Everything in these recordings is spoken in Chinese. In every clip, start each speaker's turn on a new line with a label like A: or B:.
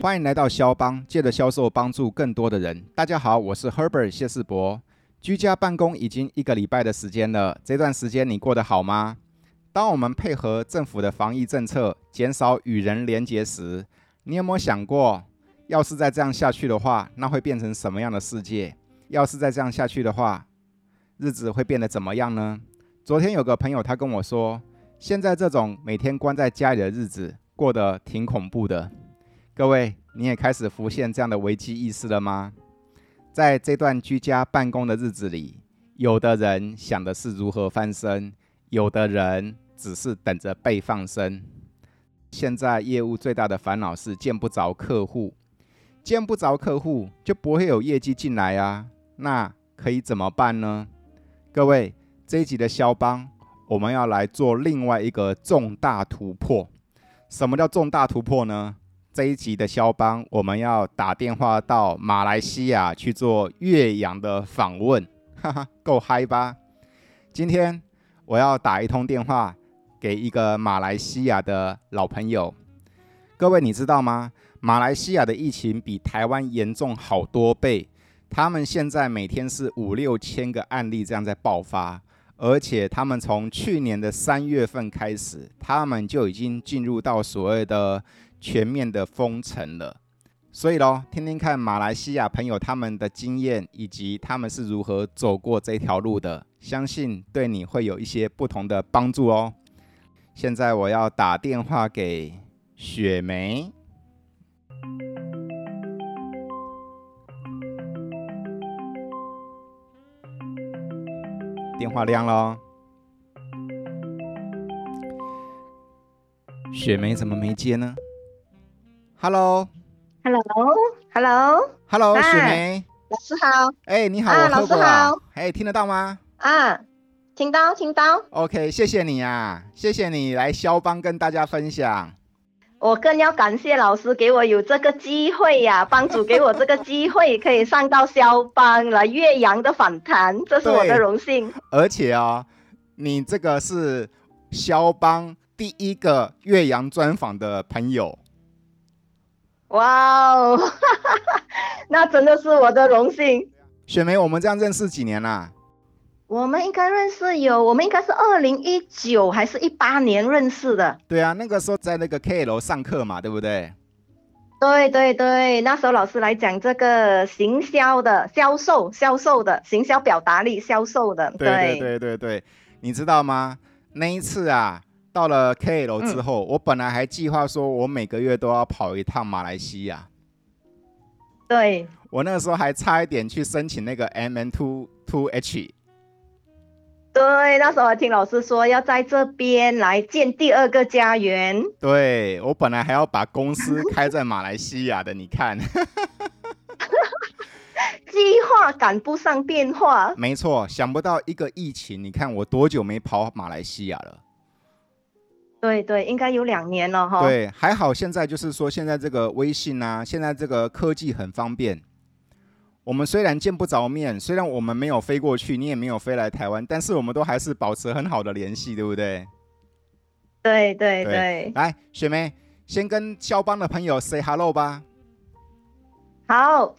A: 欢迎来到肖邦，借着销售帮助更多的人。大家好，我是 Herbert 谢世博。居家办公已经一个礼拜的时间了，这段时间你过得好吗？当我们配合政府的防疫政策，减少与人连结时，你有没有想过，要是再这样下去的话，那会变成什么样的世界？要是再这样下去的话，日子会变得怎么样呢？昨天有个朋友他跟我说，现在这种每天关在家里的日子过得挺恐怖的。各位，你也开始浮现这样的危机意识了吗？在这段居家办公的日子里，有的人想的是如何翻身，有的人只是等着被放生。现在业务最大的烦恼是见不着客户，见不着客户就不会有业绩进来啊。那可以怎么办呢？各位，这一集的肖邦，我们要来做另外一个重大突破。什么叫重大突破呢？这一集的肖邦，我们要打电话到马来西亚去做岳阳的访问， 哈哈，够嗨吧？今天我要打一通电话给一个马来西亚的老朋友。各位，你知道吗？马来西亚的疫情比台湾严重好多倍，他们现在每天是五六千个案例这样在爆发，而且他们从去年的三月份开始，他们就已经进入到所谓的。全面的封城了，所以咯，听听看马来西亚朋友他们的经验，以及他们是如何走过这条路的，相信对你会有一些不同的帮助哦。现在我要打电话给雪梅。电话亮了，雪梅怎么没接呢？
B: Hello，Hello，Hello，
A: Hello，
B: 嗨
A: 雪梅，
B: 老师好
A: 哎、你好，
B: 啊
A: 我
B: 老
A: 喝
B: 师
A: 过啊
B: 好，
A: 哎、听得到吗
B: 啊，听到听到，
A: ？OK，谢谢你啊，谢谢你来肖邦跟大家分享。
B: 我更要感谢老师给我有这个机会呀、帮主给我这个机会，可以上到肖邦了，岳阳的访谈，这是我
A: 对
B: 的荣幸。
A: 而且哦，你这个是肖邦第一个岳阳专访的朋友，
B: 哇哦， 那真的是我的荣幸。
A: 雪梅，我们这样认识几年啦、
B: 我们应该认识有，我们应该是二零一九还是一八年认识的。
A: 对啊，那个时候在那个 K 楼上课嘛，对不对？
B: 对对对，那时候老师来讲这个行销的、销售、销售的、行销表达力、销售的，
A: 对对对对，你知道吗？那一次啊，到了 K 楼
B: 嗯
A: 之后，我本来还计划说我每个月都要跑一趟马来西亚。
B: 对
A: 我那个时候还差一点去申请那个 M N Two Two H，
B: 对，那时候我听老师说要在这边来建第二个家园，
A: 对我本来还要把公司开在马来西亚的，你看，
B: 计划赶不上变化，
A: 没错，想不到一个疫情，你看我多久没跑马来西亚了？
B: 对对，应该有两年了哈。
A: 对，还好现在就是说现在这个微信啊，现在这个科技很方便。我们虽然见不着面，虽然我们没有飞过去，你也没有飞来台湾，但是我们都还是保持很好的联系，对不对？
B: 对对
A: 对
B: 对，
A: 来，雪梅，先跟肖邦的朋友 say hello 吧。
B: 好，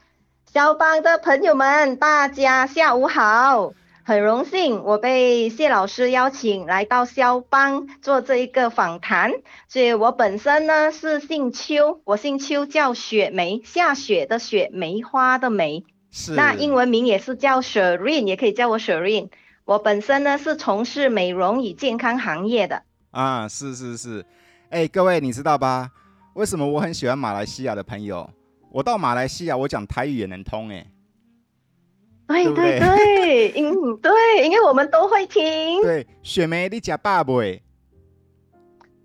B: 肖邦的朋友们，大家下午好。很荣幸我被谢老师邀请来到肖邦做这一个访谈，所以我本身呢是姓邱，我姓邱叫雪梅，下雪的雪，梅花的梅。
A: 是，
B: 那英文名也是叫 Sherin，也可以叫我 Sherin。我本身呢是从事美容与健康行业的。
A: 啊，是是是，哎，各位你知道吧？为什么我很喜欢马来西亚的朋友？我到马来西亚，我讲台语也能通哎。
B: 对
A: 对不对
B: 对对，嗯，对，因为我们都会听。
A: 对，雪梅，你吃饱未？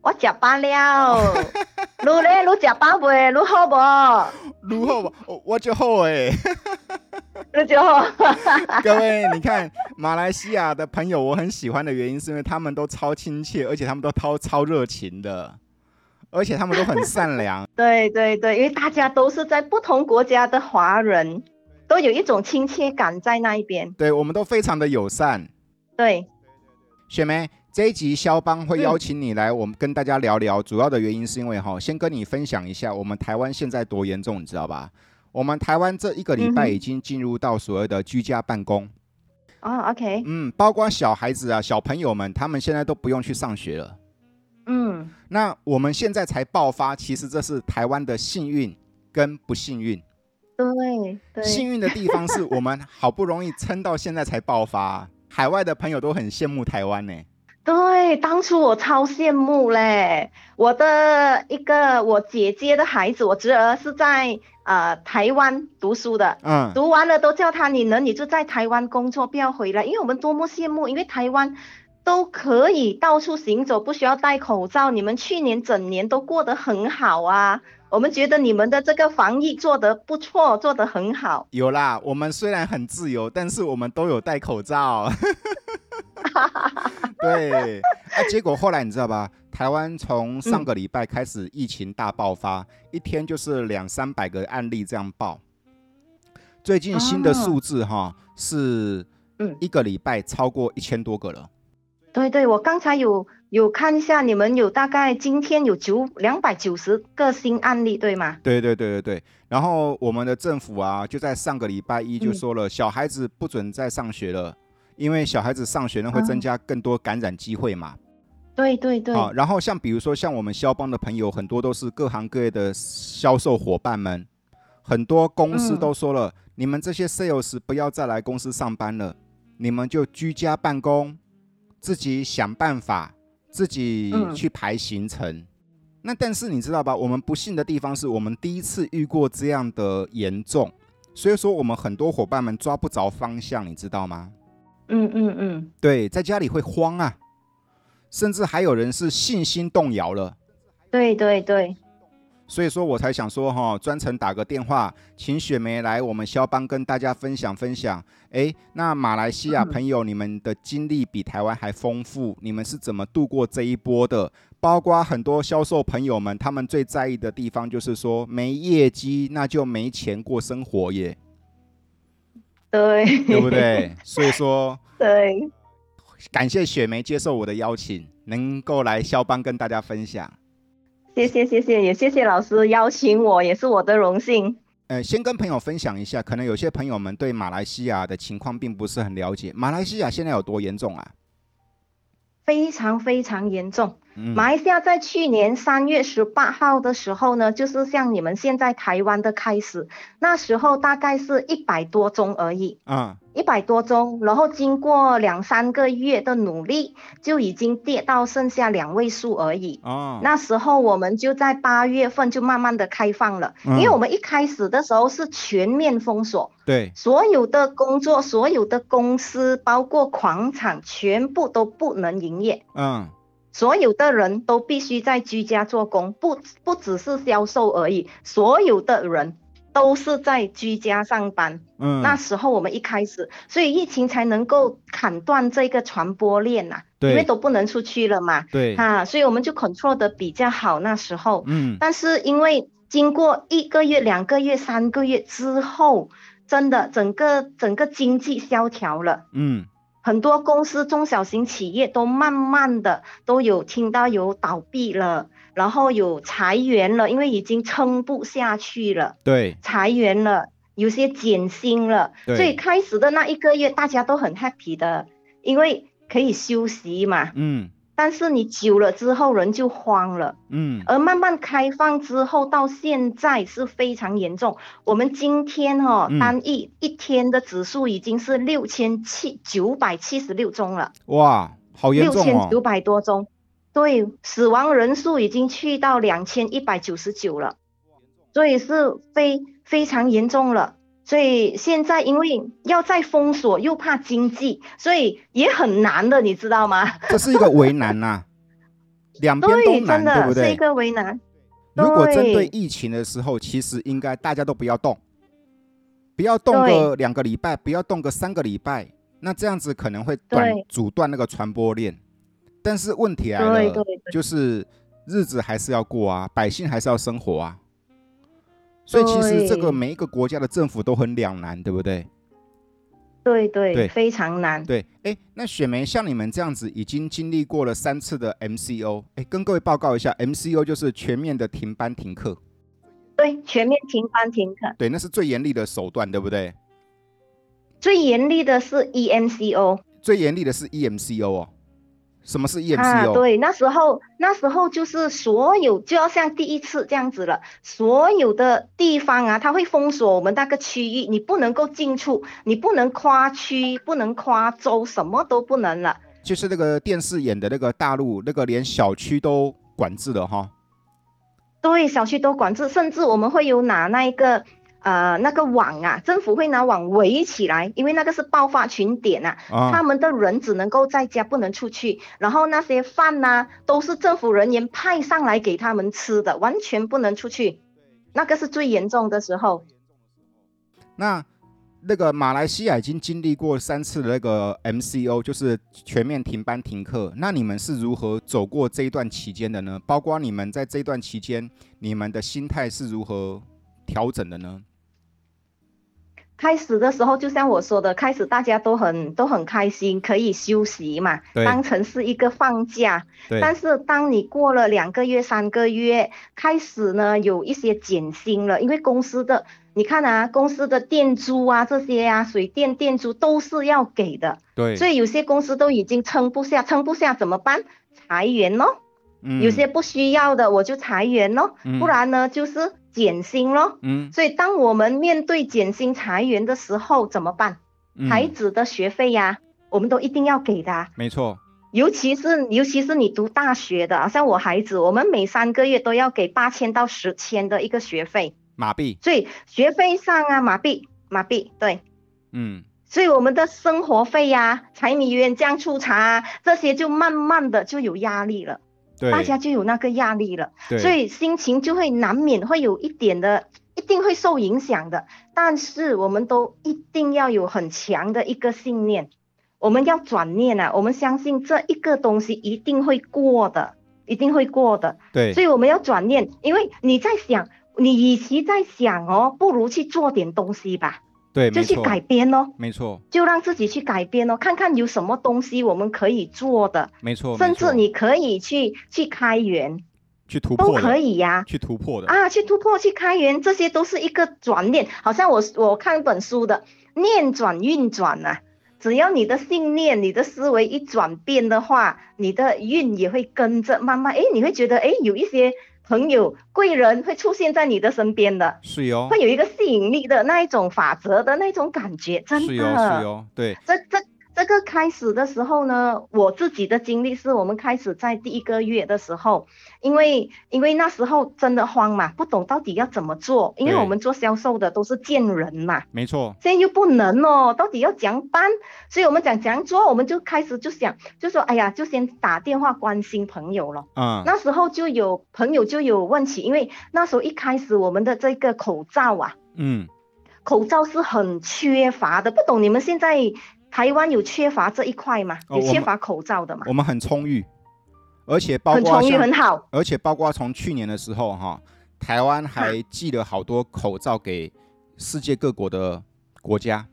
B: 我吃饱了， 你嘞？你吃饱未？你好不？
A: 如何？我我就好哎。
B: 你就好。
A: 各位，你看马来西亚的朋友，我很喜欢的原因是因为他们都超亲切，而且他们都超超热情的，而且他们都很善良。
B: 对对对，因为大家都是在不同国家的华人，都有一种亲切感在那一边。
A: 对我们都非常的友善。
B: 对，
A: 雪梅，这一集肖邦会邀请你来，我们跟大家聊聊。主要的原因是因为哈，先跟你分享一下我们台湾现在多严重，你知道吧？我们台湾这一个礼拜
B: 嗯哼
A: 已经进入到所谓的居家办公，
B: 哦，OK，
A: 嗯，包括小孩子啊、小朋友们，他们现在都不用去上学了。
B: 嗯
A: 那我们现在才爆发，其实这是台湾的幸运跟不幸运。
B: 对对，
A: 幸运的地方是我们好不容易撑到现在才爆发，海外的朋友都很羡慕台湾呢、
B: 对，当初我超羡慕嘞，我的一个我姐姐的孩子，我侄儿是在呃台湾读书的，
A: 嗯，
B: 读完了都叫他，你能你就在台湾工作，不要回来，因为我们多么羡慕，因为台湾都可以到处行走，不需要戴口罩。你们去年整年都过得很好啊，我们觉得你们的这个防疫做得不错，做得很好。
A: 有啦。我们虽然很自由，但是我们都有戴口罩。对，啊，结果后来你知道吧？台湾从上个礼拜开始疫情大爆发，一天就是两三百个案例这样爆。最近新的
B: 哦
A: 数字哈、是
B: 嗯，
A: 一个礼拜超过一千多个了。
B: 对对，我刚才有有看一下，你们有大概今天有九两百九十个新案例，对吗？
A: 对对对对对，然后我们的政府啊，就在上个礼拜一就
B: 嗯
A: 说了，小孩子不准再上学了，因为小孩子上学呢会
B: 哦
A: 增加更多感染机会嘛。
B: 对对对，
A: 啊，然后像比如说像我们肖邦的朋友，很多都是各行各业的销售伙伴们，很多公司
B: 嗯
A: 都说了，你们这些 sales 不要再来公司上班了，你们就居家办公，自己想办法，自己
B: 嗯
A: 去排行程。那但是你知道吧，我们不幸的地方是我们第一次遇过这样的严重，所以说我们很多伙伴们抓不着方向，你知道吗？
B: 嗯嗯嗯，
A: 对，在家里会慌啊，甚至还有人是信心动摇了。
B: 对对对，
A: 所以说我才想说哈、专程打个电话，请雪梅来我们肖邦跟大家分享分享。诶，那马来西亚
B: 嗯
A: 朋友，你们的经历比台湾还丰富，你们是怎么度过这一波的？包括很多销售朋友们，他们最在意的地方就是说，没业绩那就没钱过生活耶，
B: 对
A: 对不？对？所以说，
B: 对。
A: 感谢雪梅接受我的邀请，能够来肖邦跟大家分享。
B: 谢谢谢谢，也谢谢老师邀请我，也是我的荣幸。
A: 呃，先跟朋友分享一下，可能有些朋友们对马来西亚的情况并不是很了解。马来西亚现在有多严重啊？
B: 非常非常严重。
A: 嗯，
B: 马来西亚在去年三月十八号的时候呢，就是像你们现在台湾的开始，那时候大概是一百多宗而已，
A: 啊，
B: 一百多宗，然后经过两三个月的努力，就已经跌到剩下两位数而已。
A: 哦，
B: 那时候我们就在八月份就慢慢的开放了，因为
A: 嗯
B: 我们一开始的时候是全面封锁，
A: 对，
B: 所有的工作、所有的公司，包括广场，全部都不能营业。
A: 嗯，
B: 所有的人都必须在居家做工，不不只是销售而已，所有的人都是在居家上班。
A: 嗯，
B: 那时候我们一开始，所以疫情才能够砍断这个传播链呐、因为
A: 对，
B: 都不能出去了嘛，
A: 对，
B: 啊，所以我们就 control 的比较好。那时候，
A: 嗯，
B: 但是因为经过一个月、两个月、三个月之后，真的整个整个经济萧条了。
A: 嗯，
B: 很多公司、中小型企业都慢慢的都有听到有倒闭了，然后有裁员了，因为已经撑不下去了，
A: 对，
B: 裁员了，有些减薪了。
A: 对
B: 所以开始的那一个月，大家都很 happy 的，因为可以休息嘛。
A: 嗯，
B: 但是你久了之后，人就慌了。
A: 嗯，
B: 而慢慢开放之后，到现在是非常严重。我们今天哈、
A: 嗯
B: 单一一天的指数已经是六千七九百七十六宗了，
A: 哇，好严
B: 六
A: 重
B: 千九
A: 哦，
B: 百多宗。对，死亡人数已经去到两千一百九十九了，所以是非非常严重了。所以现在因为要再封锁，又怕经济，所以也很难的，你知道吗？
A: 这是一个为难呐、两边都
B: 对，
A: 难，
B: 真
A: 对不
B: 的是
A: 对？
B: 一个为难。
A: 如果针对
B: 对
A: 疫情的时候，其实应该大家都不要动，不要动个两个礼拜，不要动个三个礼拜，那这样子可能会短
B: 对
A: 阻断那个传播链。但是问题来了，
B: 对对对
A: 就是日子还是要过啊，百姓还是要生活啊。所以其实这个
B: 对
A: 每一个国家的政府都很两难，对不对？
B: 对对，
A: 对
B: 非常难。
A: 对，哎，那雪梅像你们这样子，已经经历过了三次的 MCO，哎，跟各位报告一下，MCO 就是全面的停班停课，
B: 对，全面停班停课。
A: 对，那是最严厉的手段，对不对？
B: 最严厉的是 E EMCO
A: 最严厉的是 EMCO 哦，什么是 E EMCO？、
B: 啊，对，那时候那时候就是所有就要像第一次这样子了，所有的地方啊，它会封锁我们那个区域，你不能够进出，你不能跨区，不能跨州，什么都不能了。
A: 就是那个电视演的那个大陆那个连小区都管制了哈。
B: 对，小区都管制，甚至我们会有拿那一个呃那个网啊，政府会拿网围起来，因为那个是爆发群点啊，他
A: 啊，
B: 们的人只能够在家，不能出去。然后那些饭呐、都是政府人员派上来给他们吃的，完全不能出去。那个是最严重的时候。
A: 那那个马来西亚已经经历过三次的那个 MCO，就是全面停班停课。那你们是如何走过这一段期间的呢？包括你们在这一段期间，你们的心态是如何调整的呢？
B: 开始的时候，就像我说的，开始大家都很都很开心，可以休息嘛，
A: 对
B: 当成是一个放假。
A: 对
B: 但是当你过了两个月、三个月，开始呢有一些减薪了，因为公司的你看啊，公司的店租啊这些啊，水电店租都是要给的，
A: 对
B: 所以有些公司都已经撑不下，撑不下怎么办？裁员咯，
A: 嗯
B: 有些不需要的我就裁员咯，不
A: 不
B: 然呢就是减薪咯。
A: 嗯
B: 所以当我们面对减薪裁员的时候怎么办？
A: 嗯
B: 孩子的学费呀、我们都一定要给的啊、
A: 没错，
B: 尤其是尤其是你读大学的，好像我孩子，我们每三个月都要给八千到十千的一个学费，
A: 马币，
B: 所以学费上啊，马币马币对，
A: 嗯
B: 所以我们的生活费呀、柴米油盐酱醋茶、啊、这些就慢慢的就有压力了，
A: 对，
B: 大家就有那个压力了，
A: 对
B: 所以心情就会难免会有一点的，一定会受影响的。但是我们都一定要有很强的一个信念，我们要转念啊，我们相信这一个东西一定会过的，一定会过的。
A: 对
B: 所以我们要转念，因为你在想，你与其在想哦，不如去做点东西吧，
A: 对，
B: 就
A: 没
B: 去
A: 错，
B: 改变哦。
A: 没错，
B: 就让自己去改变哦，看看有什么东西我们可以做的，
A: 没错，
B: 甚
A: 没错
B: 至你可以去去开源，
A: 去突
B: 都
A: 破的，
B: 可以呀、
A: 去突破的，
B: 啊，去突破、去开源，这些都是一个转念。好像我我看一本书的，念转运转啊，只要你的信念、你的思维一转变的话，你的运也会跟着慢慢，诶，你会觉得诶，有一些朋友、贵人会出现在你的身边的，
A: 是哟，
B: 会有一个吸引力的那一种法则的那种感觉，真的。
A: 是哟，是哦哟，对，
B: 这这这个开始的时候呢，我自己的经历是我们开始在第一个月的时候，因为因为那时候真的慌嘛，不懂到底要怎么做，因为
A: 对
B: 我们做销售的都是见人嘛，
A: 没错，
B: 现在又不能哦，到底要怎样办？所以我们讲怎样做，我们就开始就想，就说哎呀，就先打电话关心朋友咯。
A: 嗯，
B: 那时候就有朋友就有问起，因为那时候一开始我们的这个口罩啊，
A: 嗯，
B: 口罩是很缺乏的，不懂你们现在台湾有缺乏这一块吗？
A: 哦
B: 有
A: 我
B: 缺
A: 们
B: 乏口罩的吗？
A: 我们很充裕，而且包
B: 很
A: 括
B: 充裕，
A: 像
B: 很好。
A: 而且包括从去年的时候哈，台湾
B: 啊
A: 还寄了好多口罩给世界各国的国家。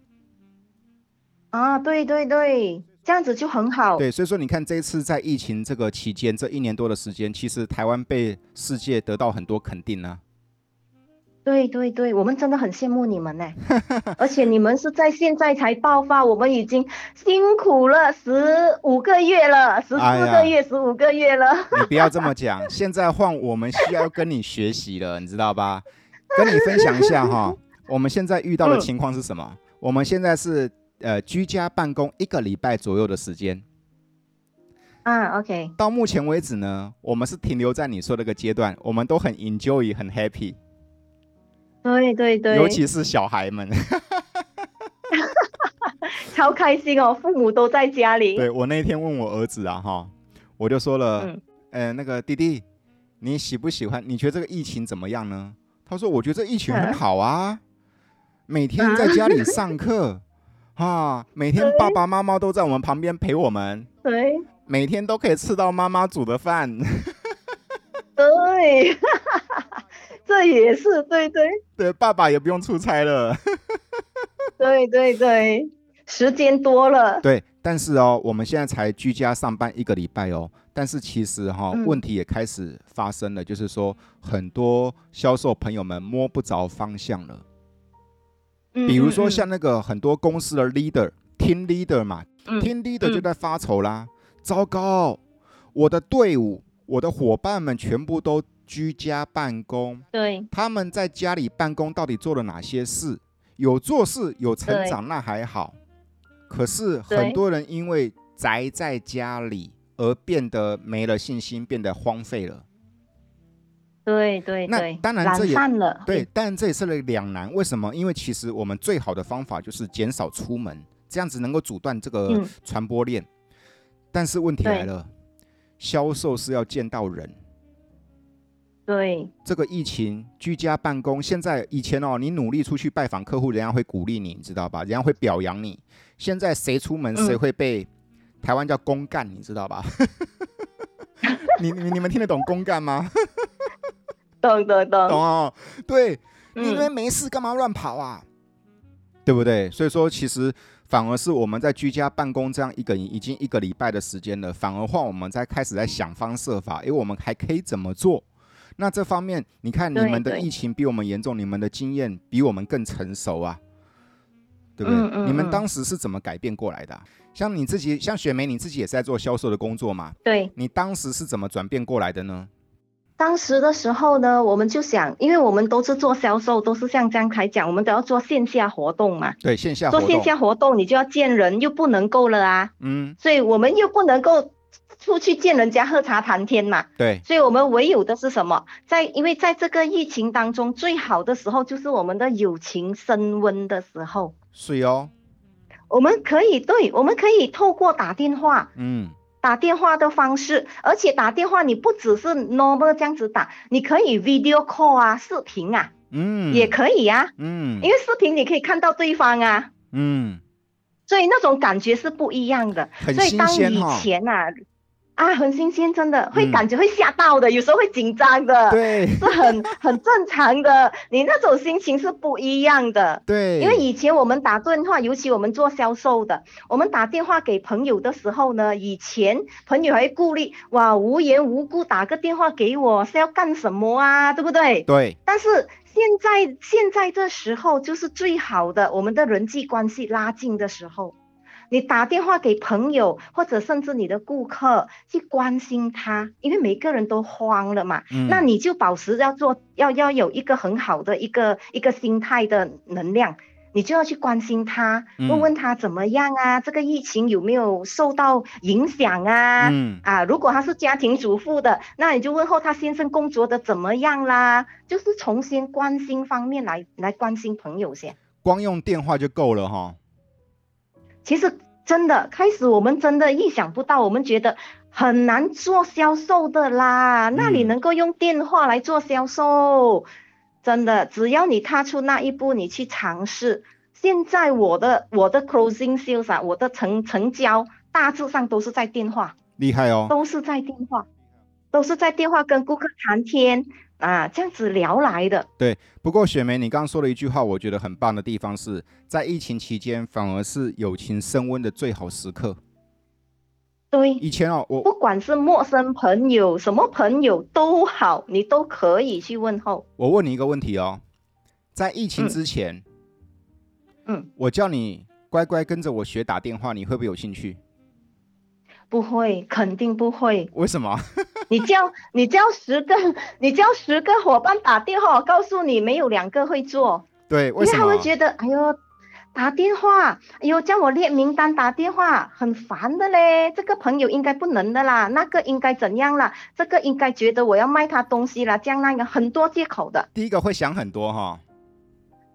B: 啊，对对对，这样子就很好。
A: 对，所以说你看这一次在疫情这个期间，这一年多的时间，其实台湾被世界得到很多肯定呢、
B: 对对对，我们真的很羡慕你们呢。 而且你们是在现在才爆发，我们已经辛苦了十五个月了，十四
A: 哎呀
B: 个月，十五个月了。
A: 你不要这么讲，现在换我们需要跟你学习了，你知道吧？跟你分享一下哈，我们现在遇到的
B: 嗯
A: 情况是什么？我们现在是呃居家办公一个礼拜左右的时间，
B: 啊，OK，
A: 到目前为止呢，我们是停留在你说那个阶段，我们都很 enjoy 很 happy，
B: 对对对，
A: 尤其是小孩们。
B: 超开心哦，父母都在家里。
A: 对我那一天问我儿子啊哈，我就说了，
B: 嗯
A: 呃，那个弟弟，你喜不喜欢？你觉得这个疫情怎么样呢？他说，我觉得这疫情很
B: 嗯
A: 好啊，每天在家里上课，啊，每天爸爸妈妈都在我们旁边陪我们，
B: 对
A: 每天都可以吃到妈妈煮的饭。
B: 对， 这也是对对。
A: 对，爸爸也不用出差了。
B: 对对对，时间多了，
A: 对，但是哦，我们现在才居家上班一个礼拜哦，但是其实哈、
B: 嗯
A: 问题也开始发生了，就是说很多销售朋友们摸不着方向了。
B: 嗯
A: 比如说
B: 嗯
A: 像那个很多公司的 leader、team leader 嘛、
B: 嗯
A: t e a m leader
B: 嗯
A: 就在发愁啦，糟糕，我的队伍、我的伙伴们全部都居家办公，
B: 嗯对
A: 他们在家里办公到底做了哪些事？有做事，有成长，那还好。可是很多人因为宅在家里而变得没了信心，变得荒废了。
B: 对对
A: 那
B: 对，
A: 当然
B: 懒
A: 这也
B: 散了，
A: 对，但这也是两难。为什么？因为其实我们最好的方法就是减少出门，这样子能够阻断这个
B: 嗯
A: 传播链。但是问题
B: 对
A: 来了，销售是要见到人，
B: 对
A: 这个疫情居家办公，现在以前哦，你努力出去拜访客户，人家会鼓励你，你知道吧？人家会表扬你。现在谁出门
B: 嗯
A: 谁会被、台湾叫公干，你知道吧？ 你你你们听得懂公干吗？
B: 懂懂 懂，
A: 懂哦，对，你
B: 嗯
A: 们没事干嘛乱跑啊？对不对？所以说，其实反而是我们在居家办公这样一个已经一个礼拜的时间了，反而换我们在开始在想方设法，诶，我们还可以怎么做？那这方面，你看你
B: 对
A: 们的
B: 对
A: 疫情比我们严重，你们的经验比我们更成熟啊，对不对？
B: 嗯嗯
A: 你们
B: 嗯
A: 当时是怎么改变过来的啊、像你自己，像雪梅，你自己也是在做销售的工作嘛？
B: 对。
A: 你当时是怎么转变过来的呢？
B: 当时的时候呢，我们就想，因为我们都是做销售，都是像刚才讲，我们都要做线下活动嘛。
A: 对，线下活
B: 做
A: 动，
B: 线下活动，你就要见人，又不能够了啊，
A: 嗯，
B: 所以我们又不能够出去见人家喝茶谈天嘛。
A: 对，
B: 所以我们唯有的是什么？在因为在这个疫情当中，最好的时候就是我们的友情升温的时候，
A: 是哦，
B: 我们可以对，我们可以透过打电话，
A: 嗯。
B: 打电话的方式，而且打电话你不只是 normal 这样子打，你可以 video call 啊，视频啊，
A: 嗯，
B: 也可以呀、
A: 嗯，
B: 因为视频你可以看到对方啊，
A: 嗯，
B: 所以那种感觉是不一样的。
A: 很
B: 所以
A: 新
B: 当
A: 鲜
B: 以
A: 哈、
B: 前啊，啊，很新鲜，真的会
A: 嗯
B: 感觉会吓到的，有时候会紧张的，
A: 对
B: 是很很正常的。你那种心情是不一样的。
A: 对，
B: 因为以前我们打电话，尤其我们做销售的，我们打电话给朋友的时候呢，以前朋友还会顾虑，哇，无缘无故打个电话给我是要干什么啊，对不对？
A: 对
B: 但是现在现在这时候就是最好的，我们的人际关系拉近的时候。你打电话给朋友，或者甚至你的顾客去关心他，因为每个人都慌了嘛，
A: 嗯
B: 那你就保持要做，要要有一个很好的一个一个心态的能量，你就要去关心他，
A: 嗯
B: 问问他怎么样啊，这个疫情有没有受到影响啊？
A: 嗯
B: 啊，如果他是家庭主妇的，那你就问候他先生工作的怎么样啦，就是从先关心方面来来关心朋友先。
A: 光用电话就够了哈、
B: 其实真的，开始我们真的意想不到，我们觉得很难做销售的啦，那你
A: 嗯
B: 能够用电话来做销售，真的，只要你踏出那一步，你去尝试。现在我的我的 closing sales 啊，我的成成交大致上都是在电话。
A: 厉害哦，
B: 都是在电话，都是在电话跟顾客谈天啊，这样子聊来的。
A: 不过雪梅，你刚刚说了一句话，我觉得很棒的地方是在疫情期间，反而是友情升温的最好时刻。
B: 对，
A: 以前哦，我
B: 不管是陌生朋友，什么朋友都好，你都可以去问候。
A: 我问你一个问题哦，在疫情
B: 嗯
A: 之前，
B: 嗯，
A: 我叫你乖乖跟着我学打电话，你会不会有兴趣？。
B: 不会，肯定不会
A: 为什么？
B: 你叫 你叫十个，你叫十个伙伴打电话，我告诉你，没有两个会做，
A: 对，
B: 因
A: 为
B: 为
A: 什
B: 他
A: 么
B: 们？觉得，哎呦。打电话，哎呦，叫我列名单打电话，很烦的嘞。这个朋友应该不能的啦，那个应该怎样啦，这个应该觉得我要卖他东西啦，这样那个很多借口的，
A: 第一个会想很多哈、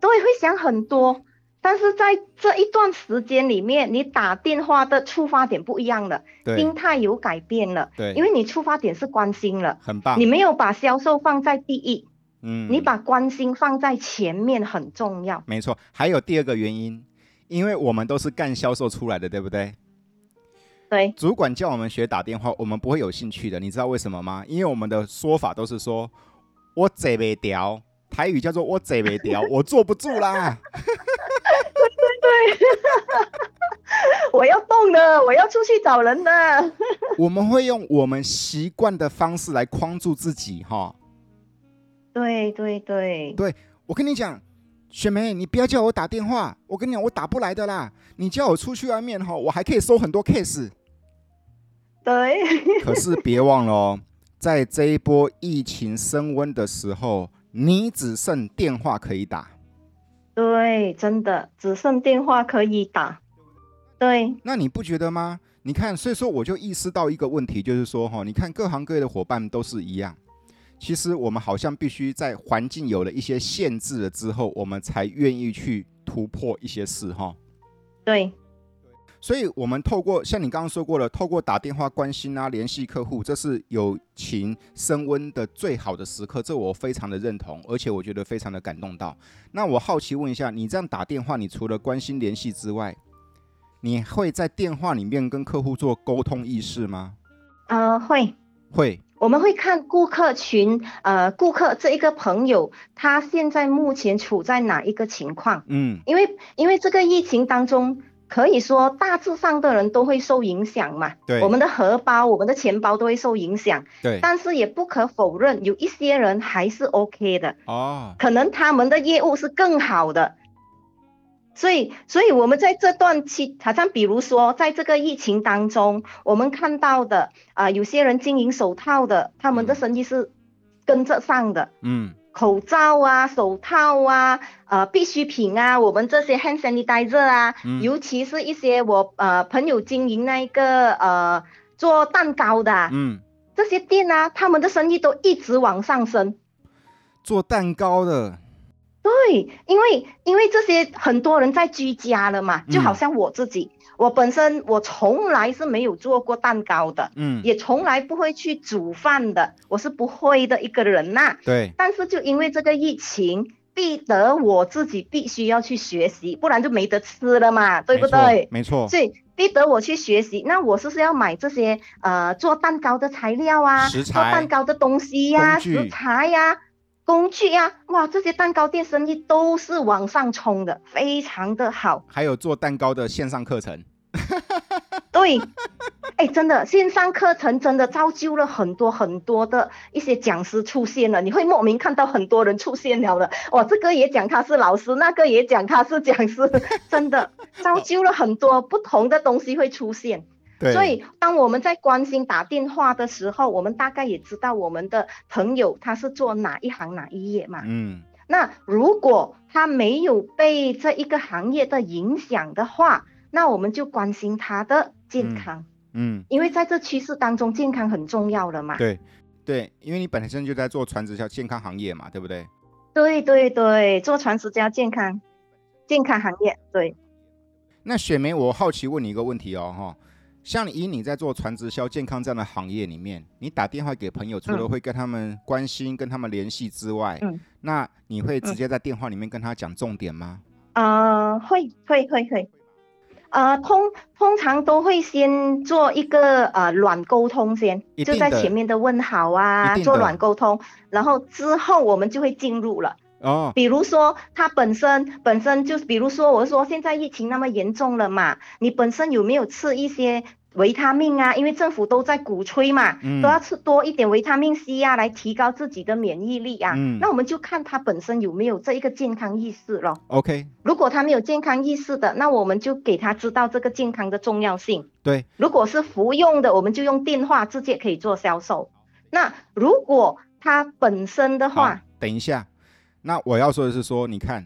B: 对，会想很多。但是在这一段时间里面，你打电话的出发点不一样了，
A: 对
B: 心态有改变了，
A: 对，
B: 因为你出发点是关心了，
A: 很棒
B: 你，没有把销售放在第一，
A: 嗯，
B: 你把关心放在前面很重要。
A: 没错，还有第二个原因，因为我们都是干销售出来的，对不对？
B: 对，
A: 主管叫我们学打电话，我们不会有兴趣的，你知道为什么吗？因为我们的说法都是说“我嘴没掉”，台语叫做“我嘴没掉”，我坐不住啦。
B: 对我要动了，我要出去找人了。
A: 我们会用我们习惯的方式来框住自己哈、
B: 对对对，
A: 我跟你讲，雪梅，你不要叫我打电话，我跟你讲，我打不来的啦。你叫我出去外面哈，我还可以收很多 case。
B: 对，
A: 可是别忘了哦，在这一波疫情升温的时候，你只剩电话可以打。
B: 对，真的只剩电话可以打。对，
A: 那你不觉得吗？你看，所以说我就意识到一个问题，就是说哈，你看各行各业的伙伴都是一样。其实我们好像必须在环境有了一些限制了之后，我们才愿意去突破一些事哈。
B: 对，
A: 所以，我们透过像你刚刚说过了，透过打电话关心啊，联系客户，这是友情升温的最好的时刻，这我非常的认同，而且我觉得非常的感动到。那我好奇问一下，你这样打电话，你除了关心联系之外，你会在电话里面跟客户做沟通意识吗？
B: 呃，会，
A: 会，
B: 我们会看顾客群，呃，顾客这一个朋友他现在目前处在哪一个情况？
A: 嗯，
B: 因为因为这个疫情当中，可以说大致上的人都会受影响嘛，
A: 对，
B: 我们的荷包、我们的钱包都会受影响，
A: 对，
B: 但是也不可否认，有一些人还是 OK 的，
A: 哦，
B: 可能他们的业务是更好的。所以，所以我们在这段期，好像比如说，在这个疫情当中，我们看到的啊、有些人经营手套的，他们
A: 嗯
B: 的生意是跟着上的，
A: 嗯，
B: 口罩啊、手套啊、呃必需品啊，我们这些 hand sanitizer 啊，
A: 嗯
B: 尤其是一些我呃朋友经营那一个呃做蛋糕的啊、
A: 嗯，
B: 这些店啊，他们的生意都一直往上升。
A: 做蛋糕的，
B: 对，因为因为这些很多人在居家了嘛，
A: 嗯
B: 就好像我自己，我本身我从来是没有做过蛋糕的，
A: 嗯，
B: 也从来不会去煮饭的，我是不会的一个人呐、
A: 对，
B: 但是就因为这个疫情，逼得我自己必须要去学习，不然就没得吃了嘛，对不
A: 没错
B: 对？
A: 没错，
B: 所以逼得我去学习，那我是不是要买这些呃做蛋糕的材料啊，
A: 食
B: 做
A: 材
B: 蛋糕的东西呀、
A: 工具
B: 食材呀、工具呀、哇，这些蛋糕店生意都是往上冲的，非常的好。
A: 还有做蛋糕的线上课程，
B: 对，哎，真的线上课程真的造就了很多很多的一些讲师出现了，你会莫名看到很多人出现了的。哇，这个也讲他是老师，那个也讲他是讲师，真的造就了很多不同的东西会出现。
A: 对，
B: 所以，当我们在关心打电话的时候，我们大概也知道我们的朋友他是做哪一行哪一业嘛。
A: 嗯，
B: 那如果他没有被这一个行业的影响的话，那我们就关心他的健康，
A: 嗯。
B: 因为在这趋势当中，健康很重要了嘛。
A: 对，对，因为你本身就在做传直销健康行业嘛，对不对？
B: 对对对，做传直销健康，健康行业，对，
A: 那雪梅，我好奇问你一个问题哦，哈，像你以你在做传直销健康这样的行业里面，你打电话给朋友，除了
B: 嗯
A: 会跟他们关心、跟他们联系之外，
B: 嗯
A: 那你会直接在电话里面跟他讲重点吗？
B: 呃，会会会会，呃，通通常都会先做一个呃软沟通先，
A: 一
B: 就
A: 定
B: 在
A: 的
B: 前面的问好啊，
A: 一定
B: 做
A: 的
B: 软沟通，然后之后我们就会进入了。
A: 哦，
B: 比如说，他本身本身就是，比如说，我说现在疫情那么严重了嘛，你本身有没有吃一些维他命啊？因为政府都在鼓吹嘛，
A: 嗯
B: 都要吃多一点维他命 C 啊，来提高自己的免疫力啊。
A: 嗯
B: 那我们就看他本身有没有这一个健康意识咯。
A: ，OK，
B: 如果他没有健康意识的，那我们就给他知道这个健康的重要性。
A: 对，
B: 如果是服用的，我们就用电话直接可以做销售。那如果他本身的
A: 好
B: 话，，
A: 等一下，那我要说的是说，你看，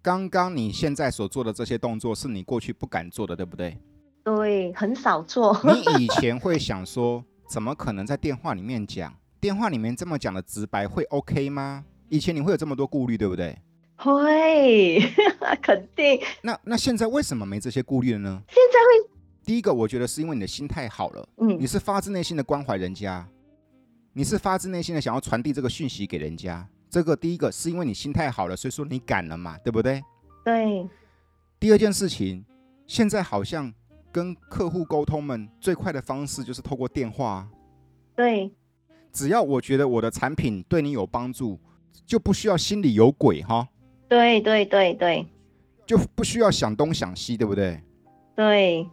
A: 刚刚你现在所做的这些动作，是你过去不敢做的，对不对？
B: 对，很少做。
A: 你以前会想说，怎么可能在电话里面讲？电话里面这么讲的直白会 OK 吗？以前你会有这么多顾虑，对不对？
B: 会， 肯定。现
A: 那那现在为什么没这些顾虑了呢？
B: 在
A: 第一个，我觉得是因为你的心态好了，
B: 会，
A: 你
B: 嗯，
A: 是发自内心的关怀人家，你是发自内心的想要传递这个讯息给人家。这个第一个是因为你心态好了，所以说你敢了嘛，对不对？
B: 对，
A: 第二件事情，现在好像跟客户沟通们最快的方式就是透过电话啊、
B: 对，
A: 只要我觉得我的产品对你有帮助，就不需要心里有鬼哈。
B: 对，对，对，对，
A: 就不需要想东想西，对不对？
B: 对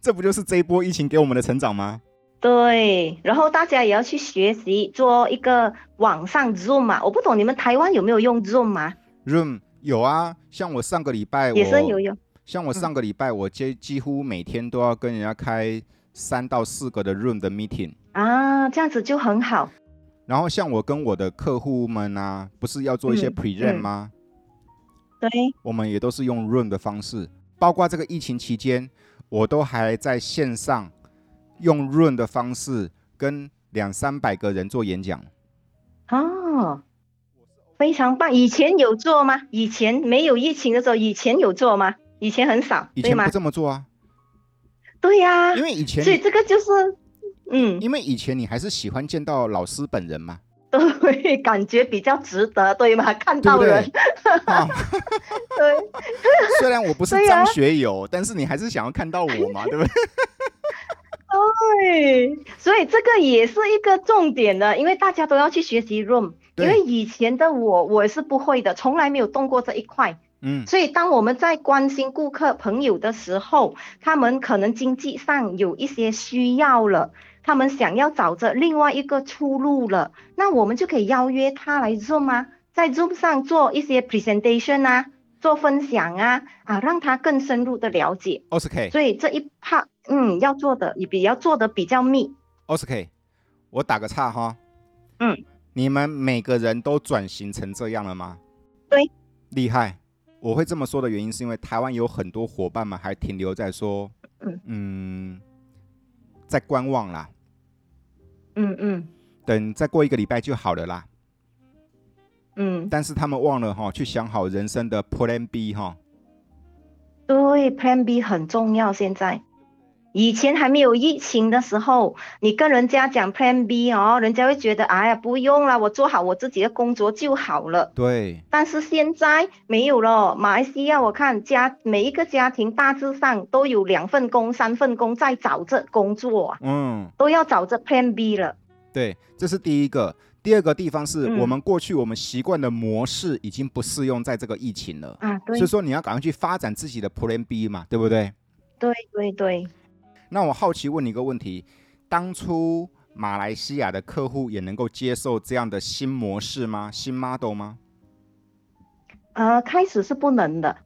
A: 这不就是这一波疫情给我们的成长吗？
B: 对，然后大家也要去学习做一个网上 Zoom 嘛，我不懂你们台湾有没有用 Zoom 啊嘛？
A: Room 有啊，像我上个礼拜
B: 也是有
A: 我，
B: 用，
A: 像我
B: 嗯
A: 上个礼拜我接几乎每天都要跟人家开三到四个的 Room 的 meeting。
B: 啊，这样子就很好。
A: 然后像我跟我的客户们啊，不是要做一些
B: 嗯
A: pre run
B: 嗯
A: 吗？
B: 对，
A: 我们也都是用 Room 的方式，包括这个疫情期间，我都还在线上用 Room 的方式跟两三百个人做演讲。
B: 哦，非常棒。以前有做吗？以前没有疫情的时候，以前有做吗？以前很少，
A: 以
B: 对
A: 前
B: 吗
A: 不？这么做啊，
B: 对呀、
A: 因为以前
B: 所以这个就是，嗯，
A: 因为以前你还是喜欢见到老师本人嘛，
B: 对，感觉比较值得，对吗？看
A: 对
B: 到
A: 不对
B: 人，？
A: 啊，
B: 对
A: 虽然我不是
B: 对
A: 张
B: 啊
A: 学友，但是你还是想要看到我嘛，对不对？
B: 对，所以这个也是一个重点的，因为大家都要去学习 room。因
A: 对
B: 为以前的我，我是不会的，从来没有动过这一块。
A: 嗯，
B: 所以，当我们在关心顾客朋友的时候，他们可能经济上有一些需要了，他们想要找着另外一个出路了，那我们就可以邀约他来 Zoom 啊，在 Zoom 上做一些 presentation 啊，做分享啊，啊，让他更深入的了解。
A: 奥斯 K，
B: 所以这一 part，嗯，要做的也比要做的比较密，
A: 奥斯 K，我打个岔哈。
B: 嗯，
A: 你们每个人都转型成这样了吗？
B: 对，
A: 厉害。我会这么说的原因是因为台湾有很多伙伴们还停留在说，
B: 嗯
A: 嗯，在观望啦，
B: 嗯嗯
A: 等再过一个礼拜就好了啦。
B: 嗯，
A: 但是他们忘了哈，去想好人生的 Plan B 哈。
B: 对，Plan B 很重要。现在，以前还没有疫情的时候，你跟人家讲 Plan B 哦，人家会觉得哎呀不用啦，我做好我自己的工作就好了。
A: 对，
B: 但是现在没有了，马来西亚我看家每一个家庭大致上都有两份工、三份工在找这工作啊，
A: 嗯，
B: 都要找这 Plan B 了。
A: 对，这是第一个。第二个地方是
B: 嗯
A: 我们过去我们习惯的模式已经不适用在这个疫情了，
B: 啊，对
A: 所以说你要赶快去发展自己的 Plan B 嘛，对不对？
B: 对对对，
A: 那我好奇问你一个问题：当初马来西亚的客户也能够接受这样的新模式吗？新 model 吗？
B: 呃，开始是不能的，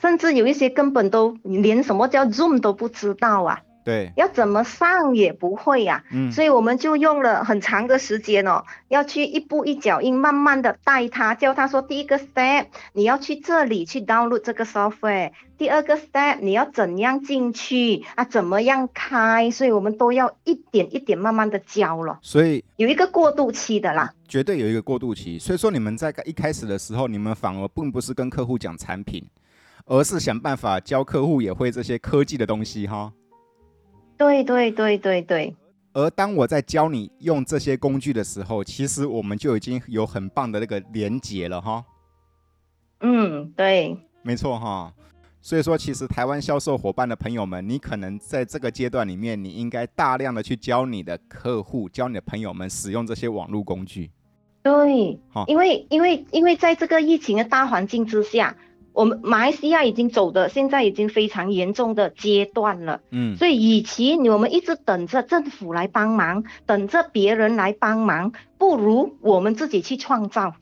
B: 甚至有一些根本都连什么叫 Zoom 都不知道啊。
A: 对，
B: 要怎么上也不会呀、
A: 嗯，
B: 所以我们就用了很长的时间哦，要去一步一脚印，慢慢的带他，教他说第一个 step 你要去这里去 download 这个 software，第二个 step 你要怎样进去啊，怎么样开，所以我们都要一点一点慢慢的教了，
A: 所以
B: 有一个过渡期的啦。
A: 绝对有一个过渡期。所以说你们在一开始的时候，你们反而并不是跟客户讲产品，而是想办法教客户也会这些科技的东西哈。
B: 对对对对对，
A: 而当我在教你用这些工具的时候，其实我们就已经有很棒的那个连接了哈。
B: 嗯，对，
A: 没错哈，所以说其实台湾销售伙伴的朋友们，你可能在这个阶段里面，你应该大量的去教你的客户、教你的朋友们使用这些网络工具。
B: 对
A: 好，
B: 因为因为因为在这个疫情的大环境之下，我们马来西亚已经走的现在已经非常严重的阶段了，
A: 嗯，
B: 所以与其你我们一直等着政府来帮忙，等着别人来帮忙，不如我们自己去创造。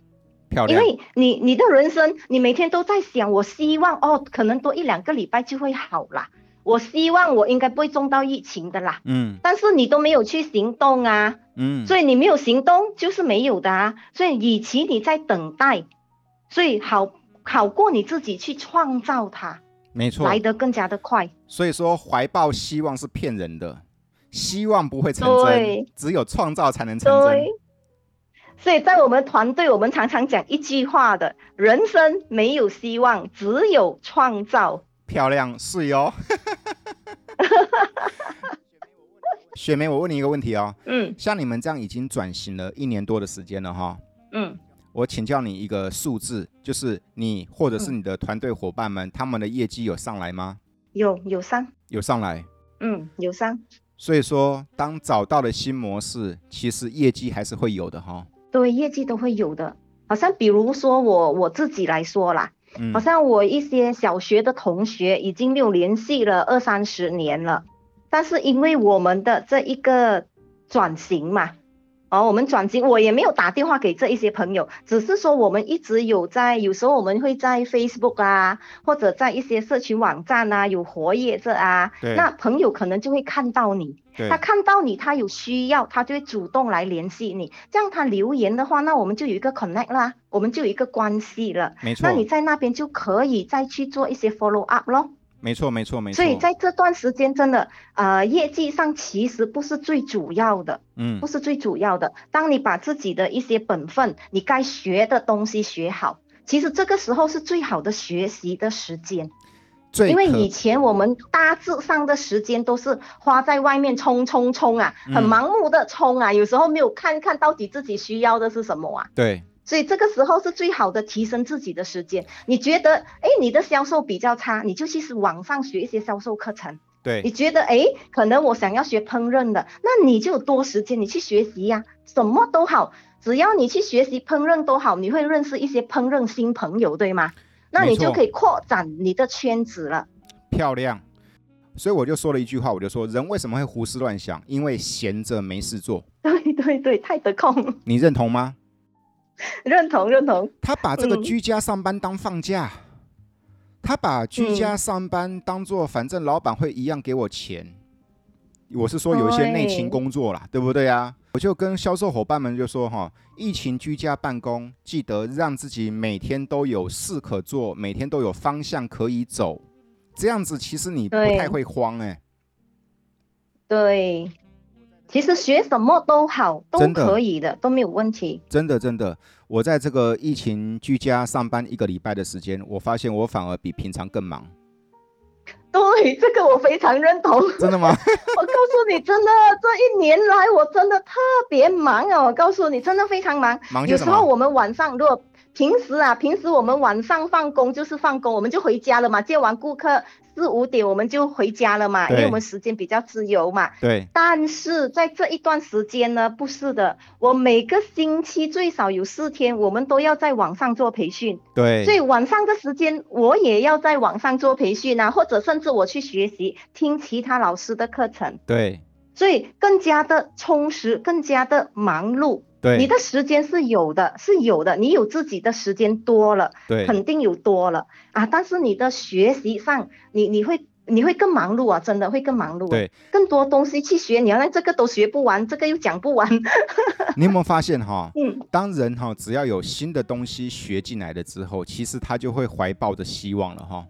A: 漂
B: 因
A: 亮。
B: 为你你的人生，你每天都在想，我希望哦，可能多一两个礼拜就会好啦，我希望我应该不会中到疫情的啦，
A: 嗯
B: 但是你都没有去行动啊。
A: 嗯，
B: 所以你没有行动就是没有的啊。所以与其你在等待，所以好好过你自己去创造它，
A: 没错。
B: 来得更加的快。
A: 所以说，怀抱希望是骗人的，希望不会成真
B: 对，
A: 只有创造才能成真
B: 对。。所以在我们团队，我们常常讲一句话的：人生没有希望，只有创造。
A: 漂亮，是 哟。雪梅，我问你一个问题哦，
B: 嗯
A: 像你们这样已经转型了一年多的时间了哈、
B: 嗯
A: 我请教你一个数字，就是你或者是
B: 嗯
A: 你的团队伙伴们，他们的业绩有上来吗？
B: 有有伤，
A: 有上来。
B: 嗯有伤，
A: 所以说，当找到了新模式，其实业绩还是会有的哈、
B: 对业绩都会有的。好像比如说我我自己来说啦，
A: 嗯
B: 好像我一些小学的同学已经没有联系了二三十年了，但是因为我们的这一个转型嘛，哦，我们转型，我也没有打电话给这一些朋友，只是说我们一直有在，有时候我们会在 Facebook 啊，或者在一些社群网站啊有活跃着啊，
A: 对
B: 那朋友可能就会看到你，
A: 对
B: 他看到你，他有需要，他就会主动来联系你。这样他留言的话，那我们就有一个 connect 啦，我们就有一个关系了。
A: 没错
B: 那，你在那边就可以再去做一些 follow up 咯。
A: 没错，没错，没错。
B: 所以在这段时间，真的，呃，业绩上其实不是最主要的，
A: 嗯
B: 不是最主要的。当你把自己的一些本分，你该学的东西学好，其实这个时候是最好的学习的时间。
A: 最
B: 因为
A: 可
B: 以前我们大致上的时间都是花在外面冲冲冲啊，
A: 嗯
B: 很盲目的冲啊，有时候没有看看到底自己需要的是什么啊。
A: 对
B: 所以这个时候是最好的提升自己的时间。你觉得，哎，你的销售比较差，你就去网上学一些销售课程。
A: 对
B: 你觉得，哎，可能我想要学烹饪的，那你就有多时间，你去学习呀、什么都好，只要你去学习烹饪都好，你会认识一些烹饪新朋友，对吗？那
A: 没
B: 你
A: 错
B: 就可以扩展你的圈子了。
A: 漂亮。所以我就说了一句话，我就说人为什么会胡思乱想？因为闲着没事做，
B: 对对对，太得空，
A: 你认同吗？
B: 认同认同，
A: 他把这个
B: 嗯
A: 居家上班当放假，他把居
B: 嗯
A: 家上班当做反正老板会一样给我钱。我是说有一些内勤
B: 对
A: 工作
B: 哦哎
A: 啦，对不对啊？我就跟销售伙伴们就说哈，疫情居家办公，记得让自己每天都有事可做，每天都有方向可以走，这样子其实你不
B: 对
A: 太会慌哎、
B: 对。其实学什么都好，都
A: 真的
B: 可以的，都没有问题。
A: 真的真的，我在这个疫情居家上班一个礼拜的时间，我发现我反而比平常更忙，
B: 对，这个我非常认同。我
A: 真的 吗？
B: 告诉你，真的，这一年来我真的特别忙啊！我告诉你，真的非常忙。
A: 忙些
B: 有
A: 什
B: 时
A: 么
B: 候我们晚上如果平时啊，平时我们晚上放工就是放工，我们就回家了嘛。接完顾客四五点我们就回家了嘛，因为
A: 对
B: 我们时间比较自由嘛。
A: 对，
B: 但是在这一段时间呢，不是的，我每个星期最少有四天，我们都要在网上做培训，
A: 对，
B: 所以晚上的时间我也要在网上做培训啊，或者甚至我去学习听其他老师的课程，
A: 对，
B: 所以更加的充实，更加的忙碌。
A: 对，
B: 你的时间是有的，是有的，你有自己的时间多了，
A: 对，
B: 肯定有多了啊。但是你的学习上，你你会你会更忙碌啊，真的会更忙碌、啊。
A: 对，
B: 更多东西去学，你好像这个都学不完，这个又 讲不完。
A: 你有没有发现哈、
B: 嗯，
A: 当人哈、只要有新的东西学进来了之后，其实他就会怀抱着希望了哈、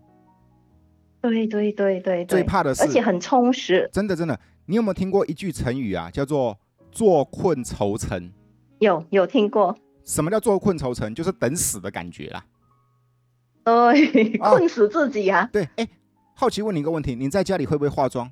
B: 对对对对
A: 最
B: 对，
A: 怕的是
B: 而，且很充实。
A: 真的真的，你有没有听过一句成语啊，叫做“坐困愁城
B: 有有听过？”？
A: 什么叫坐困愁城？就是等死的感觉啦。
B: 对，
A: 啊
B: 困死自己啊！
A: 对，哎，好奇问你一个问题，你在家里会不会化妆？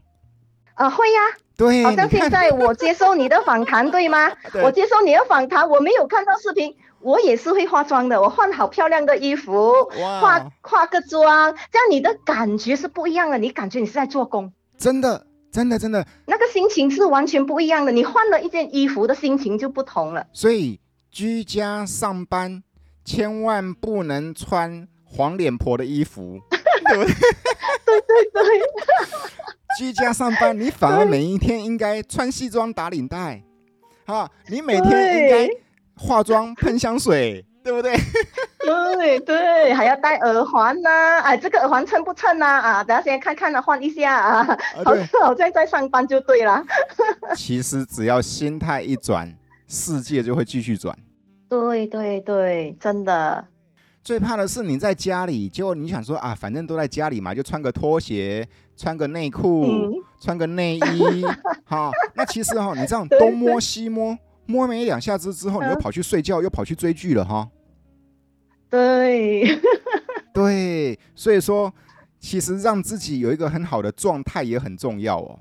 B: 啊，会呀、
A: 对，
B: 好像
A: 你
B: 现
A: 看
B: 在我接受你的访谈，对吗？
A: 对
B: 我接受你的访谈，我没有看到视频，我也是会化妆的，我换好漂亮的衣服，化
A: 哇，
B: 化个妆，这样你的感觉是不一样的，你感觉你是在做工，
A: 真的真的真的，
B: 那个心情是完全不一样的。你换了一件衣服的心情就不同了。
A: 所以居家上班千万不能穿黄脸婆的衣服，对不对？
B: 对，
A: 居家上班，你反而每一天应该穿西装打领带，啊，你每天应该
B: 对
A: 化妆喷香水，对不对？
B: 对对，还要戴耳环呐、哎，这个耳环衬不衬呐、啊？等下先看看啊，换一下啊。
A: 啊，
B: 好
A: 对，
B: 像好像在上班就对了。
A: 其实只要心态一转，世界就会继续转。
B: 对对对，真的。
A: 最怕的是你在家里，结果你想说啊，反正都在家里嘛，就穿个拖鞋，穿个内裤，
B: 嗯
A: 穿个内 衣，好、那其实哈、你这样
B: 对
A: 东摸西摸，摸没两下子之后，你又
B: 嗯
A: 跑去睡觉，又跑去追剧了哈、
B: 对，
A: 对，所以说，其实让自己有一个很好的状态也很重要哦。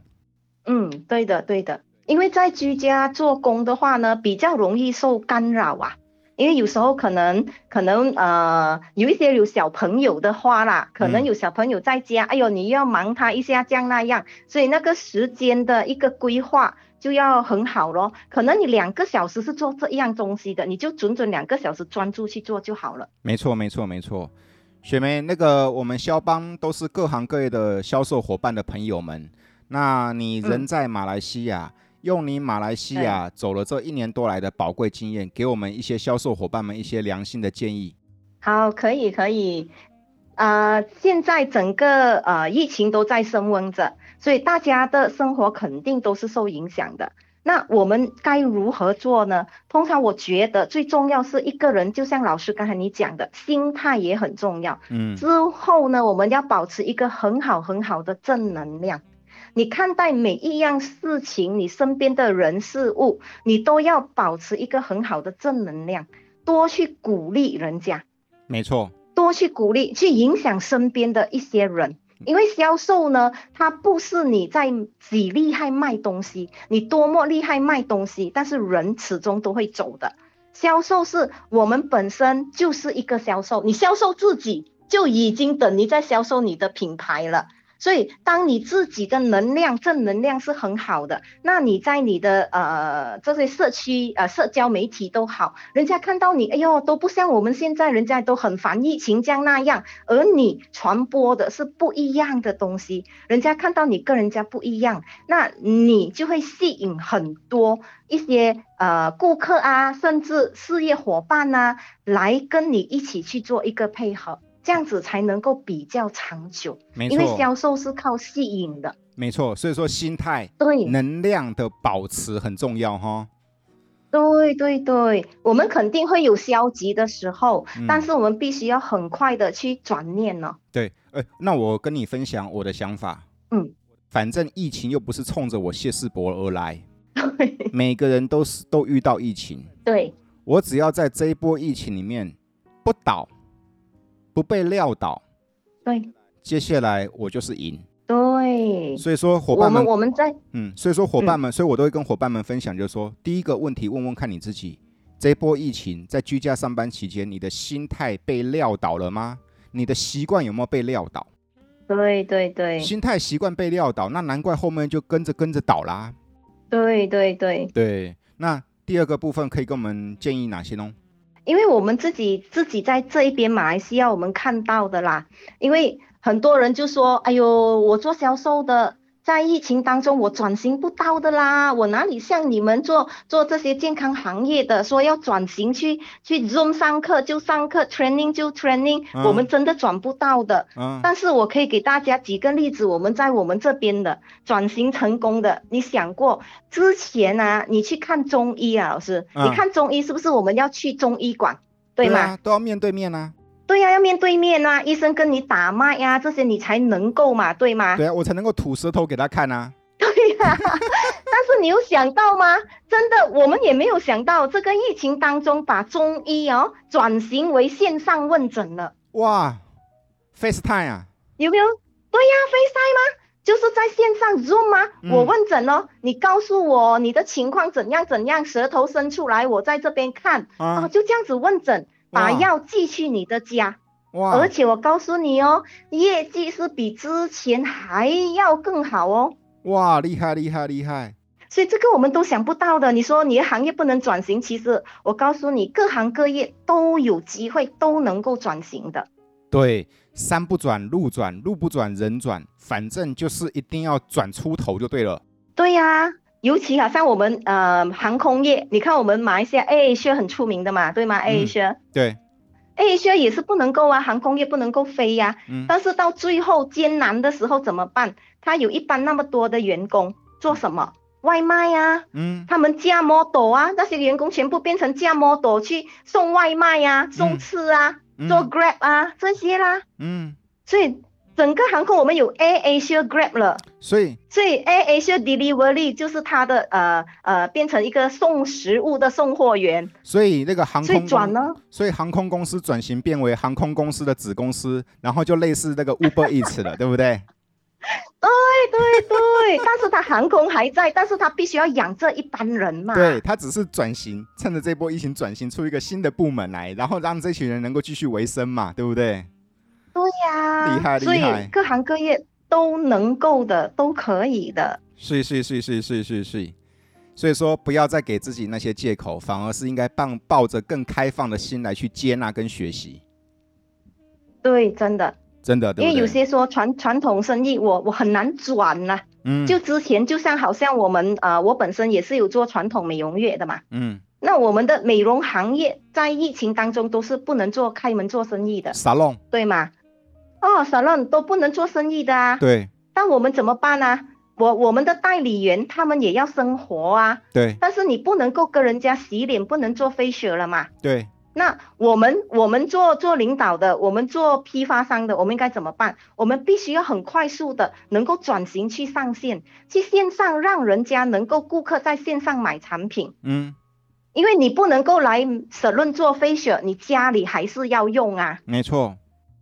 B: 嗯，对的对的，因为在居家做工的话呢，比较容易受干扰啊。因为有时候可能可能呃，有一些有小朋友的话啦，可能
A: 嗯
B: 有小朋友在家，哎呦，你又要忙他一下这样那样，所以那个时间的一个规划就要很好咯。可能你两个小时是做这样东西的，你就准准两个小时专注去做就好了。
A: 没错，没错，没错。雪梅，那个我们肖邦都是各行各业的销售伙伴的朋友们。那你
B: 嗯
A: 人在马来西亚，用你马来西亚走了这一年多来的宝贵经验，给我们一些销售伙伴们一些良心的建议。
B: 好，可以可以。呃，现在整个呃疫情都在升温着，所以大家的生活肯定都是受影响的。那我们该如何做呢？通常我觉得最重要是一个人，就像老师刚才你讲的，心态也很重要。
A: 嗯
B: 之后呢，我们要保持一个很好很好的正能量。你看待每一样事情，你身边的人事物，你都要保持一个很好的正能量，多去鼓励人家，
A: 没错，
B: 多去鼓励，去影响身边的一些人。因为销售呢，它不是你在几厉害卖东西，你多么厉害卖东西，但是人始终都会走的。销售是我们本身就是一个销售，你销售自己就已经等于在销售你的品牌了。所以，当你自己的能量、正能量是很好的，那你在你的呃这些社区呃社交媒体都好，人家看到你，哎呦，都不像我们现在人家都很烦疫情这样那样，而你传播的是不一样的东西，人家看到你跟人家不一样，那你就会吸引很多一些呃顾客啊，甚至事业伙伴呐、来跟你一起去做一个配合，这样子才能够比较长久。
A: 没
B: 因为
A: 错，
B: 销售是靠吸引的，
A: 没错。所以说，心态、
B: 对，
A: 能量的保持很重要哈。
B: 对对对，我们肯定会有消极的时候，
A: 嗯
B: 但是我们必须要很快的去转念呢、
A: 对，呃，那我跟你分享我的想法。
B: 嗯，
A: 反正疫情又不是冲着我谢世博而 来，
B: 对
A: 每个人都是都遇到疫情。
B: 对
A: 我只要在这一波疫情里面不倒，不被撂倒，
B: 对
A: 接下来我就是赢。
B: 对，
A: 所以说伙
B: 我
A: 伴
B: 们
A: 们，
B: 我们在
A: 嗯，所以说伙伴们，所以我都会跟伙伴们分享，就是说，第一个问题问问看你自己，这一波疫情在居家上班期间，你的心态被撂倒了吗？你的习惯有没有被撂倒？
B: 对对对
A: 心态习惯被撂倒，那难怪后面就跟着跟着倒啦。
B: 对对对，
A: 对，那第二个部分可以给我们建议哪些呢？
B: 因为我们自己自己在这一边马来西亚我们看到的啦，因为很多人就说，哎呦，我做销售的。在疫情当中，我转型不到的啦，我哪里像你们做做这些健康行业的，说要转型去去 Zoom 上课就上课，training 就 training，、
A: 嗯
B: 我们真的转不到的。
A: 嗯，
B: 但是我可以给大家几个例子，我们在我们这边的转型成功的，你想过之前啊，你去看中医啊，老师，
A: 嗯
B: 你看中医是不是我们要去中医馆，对
A: 对
B: 吗？
A: 啊，都要面对面啊。
B: 对呀、要面对面啊，医生跟你打脉呀、这些你才能够嘛，对吗？
A: 对啊，我才能够吐舌头给他看啊。
B: 对呀、 但是你有想到吗？真的，我们也没有想到这个疫情当中把中医哦转型为线上问诊了。
A: 哇，FaceTime 啊，
B: 有没有？对呀、f a c e t i m e 啊，就是在线上 Zoom 啊。
A: 嗯
B: 我问诊哦，你告诉我你的情况怎样怎样，舌头伸出来，我在这边看
A: 啊
B: 哦，就这样子问诊，把
A: 哇
B: 药寄去你的家。
A: 哇
B: 而，且我告诉你哦，业绩是比之前还要更好哦。
A: 哇，厉害厉害厉害！
B: 所以这个我们都想不到的。你说你的行业不能转型，其实我告诉你，各行各业都有机会，都能够转型的。
A: 对，山不转路转，路不转人转，反正就是一定要转出头就对了。
B: 对呀、尤其好像我们呃航空业，你看我们马来西亚 AAC 很出名的嘛，对吗
A: 嗯
B: ？AAC、
A: 对，
B: AAC 也是不能够啊，航空业不能够飞呀、
A: 嗯，
B: 但是到最后艰难的时候怎么办？他有一班那么多的员工做什么？外卖呀、
A: 嗯，
B: 他们驾 model 啊，那些员工全部变成驾 model 去送外卖呀、送吃啊，
A: 嗯
B: 做 Grab 啊这些啦。
A: 嗯，
B: 所以整个航空我们有 AAC Grab 了。
A: 所以
B: 所以 A H delivery 就是它的呃呃变成一个送食物的送货员，
A: 所以那个航
B: 所以
A: 空
B: 转
A: 公，
B: 呢，
A: 所以航空公司转型变为航空公司的子公司，然后就类似那个 Uber Eats 了，对 不对？
B: 对对 对，但是它航空还在，但是它必须要养这一班人嘛，
A: 对，他只是转型，趁着这波疫情转型出一个新的部门来，然后让这群人能够继续维生嘛，对不对？
B: 对呀、
A: 厉害厉
B: 所
A: 害
B: 以各行各业都能够的，都可以的，
A: 是是是是是是是，所以说不要再给自己那些借口，反而是应该抱抱着更开放的心来去接纳跟学习。
B: 对，真的，
A: 真的，对
B: 因
A: 不
B: 为有
A: 对？
B: 些说传传统生意我，我很难转呐、
A: 嗯
B: 就之前就像好像我们呃，我本身也是有做传统美容业的嘛，
A: 嗯
B: 那我们的美容行业在疫情当中都是不能做开门做生意的，
A: ，salon
B: 对吗？哦，salon 都不能做生意的啊，
A: 对
B: 但我们怎么办呢、啊我我们的代理员他们也要生活啊，
A: 对
B: 但是你不能够跟人家洗脸，不能做 facial 了嘛。
A: 对，
B: 那我们我们做做领导的，我们做批发商的，我们应该怎么办？我们必须要很快速的能够转型去上线，去线上让人家能够顾客在线上买产品，
A: 嗯，
B: 因为你不能够来 salon 做 facial，你家里还是要用啊。
A: 没错，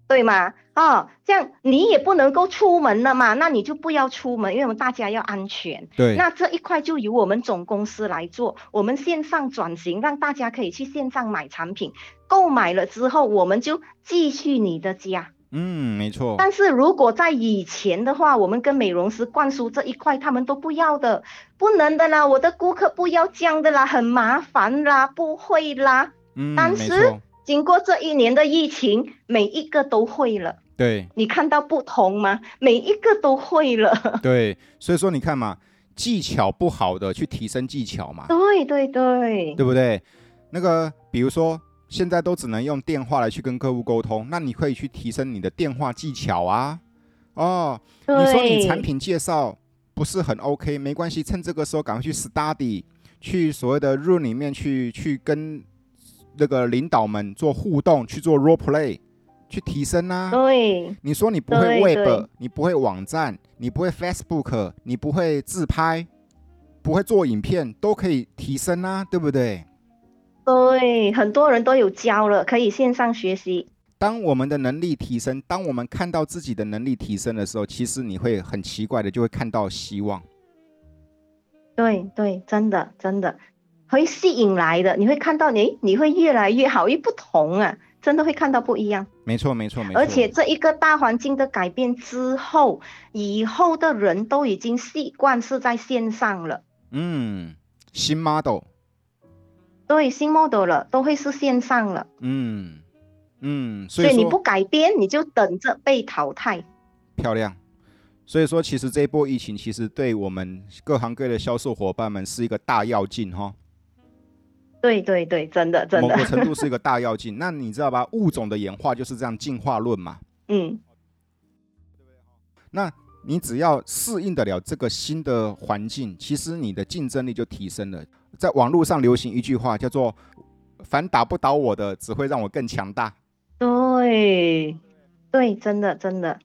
B: 对吗？哦，这样你也不能够出门了嘛，那你就不要出门，因为我们大家要安全。
A: 对，
B: 那这一块就由我们总公司来做，我们线上转型，让大家可以去线上买产品，购买了之后，我们就寄去你的家。
A: 嗯，没错，
B: 但是如果在以前的话，我们跟美容师灌输这一块，他们都不要的，不能的啦，我的顾客不要这样的啦，很麻烦啦，不会啦。
A: 嗯，
B: 当
A: 没
B: 时
A: 错，
B: 经过这一年的疫情，每一个都会了。
A: 对
B: 你看到不同吗？每一个都会了。
A: 对，所以说你看嘛，技巧不好的去提升技巧嘛，
B: 对对对，
A: 对不对？那个比如说现在都只能用电话来去跟客户沟通，那你可以去提升你的电话技巧啊。哦，
B: 对
A: 你说你产品介绍不是很 OK，没关系，趁这个时候赶快去 study，去所谓的 room 里面去去跟那个领导们做互动，去做 role play，去提升啊。
B: 对
A: 你说你不会
B: 对
A: Web，
B: 对
A: 你不会网站，你不会 Facebook，你不会自拍，不会做影片，都可以提升啊，对不对？
B: 对，很多人都有教了，可以线上学习。
A: 当我们的能力提升，当我们看到自己的能力提升的时候，其实你会很奇怪的就会看到希望。
B: 对对，真的真的会吸引来的，你会看到你，你会越来越好，因为不同啊，真的会看到不一样。
A: 没错，没错，没错。
B: 而且这一个大环境的改变之后，以后的人都已经习惯是在线上了。
A: 嗯，新 model，
B: 对，新 model 了，都会是线上了，
A: 嗯嗯，所
B: 所
A: 以
B: 以
A: 说
B: 你不改变，你就等着被淘汰。
A: 漂亮。所以说，其实这一波疫情其实对我们各行各业的销售伙伴们是一个大要进哈、
B: 对对对，真的真
A: 某
B: 的
A: 个，程度是一个大要进。 那你知道吧？物种的演化就是这样进化论嘛。
B: 嗯，
A: 那你只要适应得了这个新的环境，其实你的竞争力就提升了。在网络上流行一句话叫做“反打不倒我的，只会让我更强大
B: 对对，真的真的，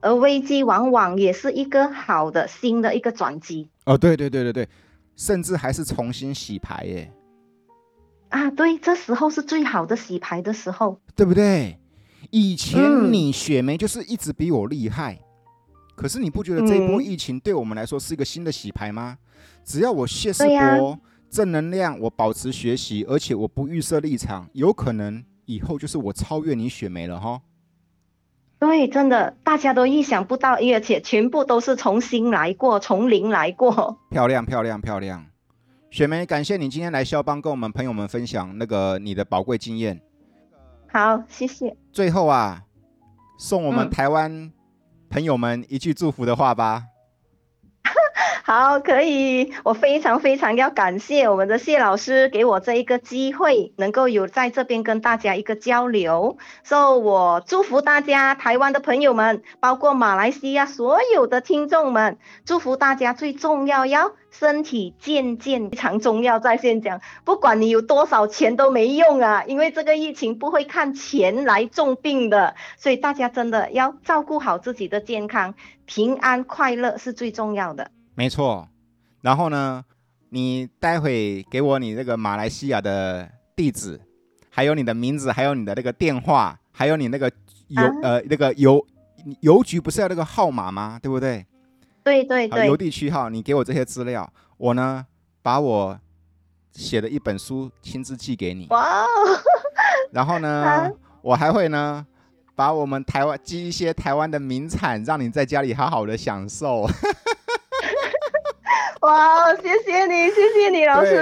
B: 而危机往往也是一个好的新的一个转机”。
A: 哦，对对对对对，甚至还是重新洗牌耶，
B: 啊！对，这时候是最好的洗牌的时候。
A: 对不对？以前
B: 嗯
A: 你雪梅就是一直比我厉害，可是你不觉得这一波
B: 嗯
A: 疫情对我们来说是一个新的洗牌吗？只要我谢世
B: 对呀
A: 博、正能量，我保持学习，而且我不预设立场，有可能以后就是我超越你雪梅了哈。
B: 对，真的，大家都意想不到，而且全部都是从新来过，从零来过。
A: 漂亮，漂亮，漂亮！雪梅，感谢你今天来肖邦跟我们朋友们分享那个你的宝贵经验。
B: 好，谢谢。
A: 最后啊，送我们
B: 嗯
A: 台湾朋友们一句祝福的话吧。
B: 好，可以。我非常非常要感谢我们的谢老师给我这一个机会，能够有在这边跟大家一个交流。所、so, 以我祝福大家台湾的朋友们，包括马来西亚所有的听众们，祝福大家最重要要身体健健，非常重要。在线讲，不管你有多少钱都没用啊，因为这个疫情不会看钱来重病的，所以大家真的要照顾好自己的健康，平安快乐是最重要的。
A: 没错。然后呢，你待会给我你那个马来西亚的地址，还有你的名字，还有你的那个电话，还有你那个邮、
B: 啊
A: 呃那个邮邮局不是要那个号码吗？对不对？
B: 对对
A: 好邮
B: 对，
A: 地区号，你给我这些资料，我呢把我写的一本书亲自寄给你。
B: 哇哦，
A: 然后呢，
B: 啊
A: 我还会呢把我们台湾寄一些台湾的名产，让你在家里好好的享受。
B: 哇哦，谢谢你，谢谢你老师，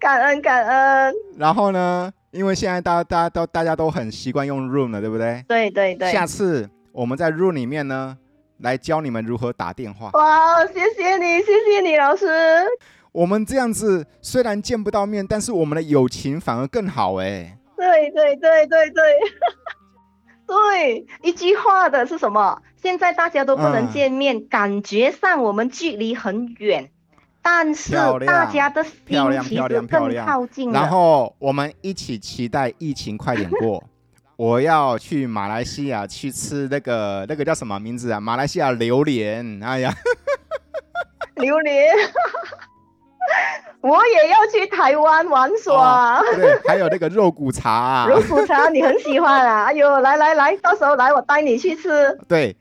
B: 感恩感恩，
A: 然后呢，因为现在大家大家都大家都很习惯用 Room 了，对不对？
B: 对对对。
A: 下次我们在 Room 里面呢，来教你们如何打电话。
B: 哇，哦谢谢你，谢谢你，老师。
A: 我们这样子虽然见不到面，但是我们的友情反而更好哎。
B: 对对对对 对，对，一句话的是什么？现在大家都不能
A: 嗯
B: 见面，感觉上我们距离很远，但是
A: 漂亮
B: 大家的心
A: 漂亮
B: 其
A: 漂
B: 实
A: 亮漂
B: 更
A: 亮
B: 靠近了。
A: 然后我们一起期待疫情快点过。我要去马来西亚去吃那个那个叫什么名字啊？马来西亚榴莲。哎呀，
B: 榴莲， 我也要去台湾玩耍。
A: 对，还有那个肉骨茶、啊
B: 肉骨茶你很喜欢啊？哎呦，来来来，到时候来我带你去吃。
A: 对，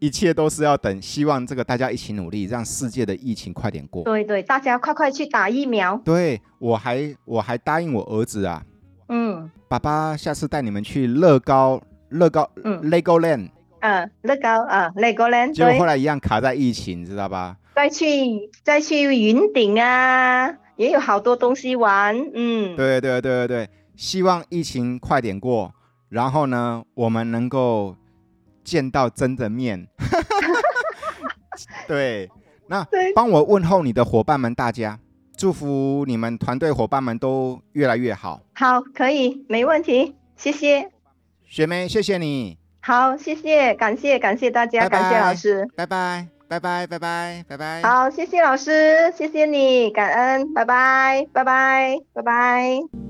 A: 一切都是要等。希望这个大家一起努力，让世界的疫情快点过。
B: 对对，大家快快去打疫苗。
A: 对我还我还答应我儿子啊，
B: 嗯
A: 爸爸下次带你们去乐高乐高
B: 嗯
A: Legoland，
B: 呃，乐高啊，Legoland，
A: 结果后
B: 对，
A: 来一样卡在疫情，你知道吧？
B: 再去再去云顶啊，也有好多东西玩。嗯，
A: 对对对对对，希望疫情快点过，然后呢，我们能够见到真的面。对，那
B: 对
A: 帮我问候你的伙伴们，大家祝福你们团队伙伴们都越来越好。
B: 好，可以，没问题，谢谢。
A: 学妹，谢谢你，
B: 好，谢谢，感谢感谢大家，
A: 拜拜
B: 感谢老师。
A: 拜拜，拜拜，拜拜，拜拜。
B: 好，谢谢老师，谢谢你，感恩，拜拜，拜拜，拜拜。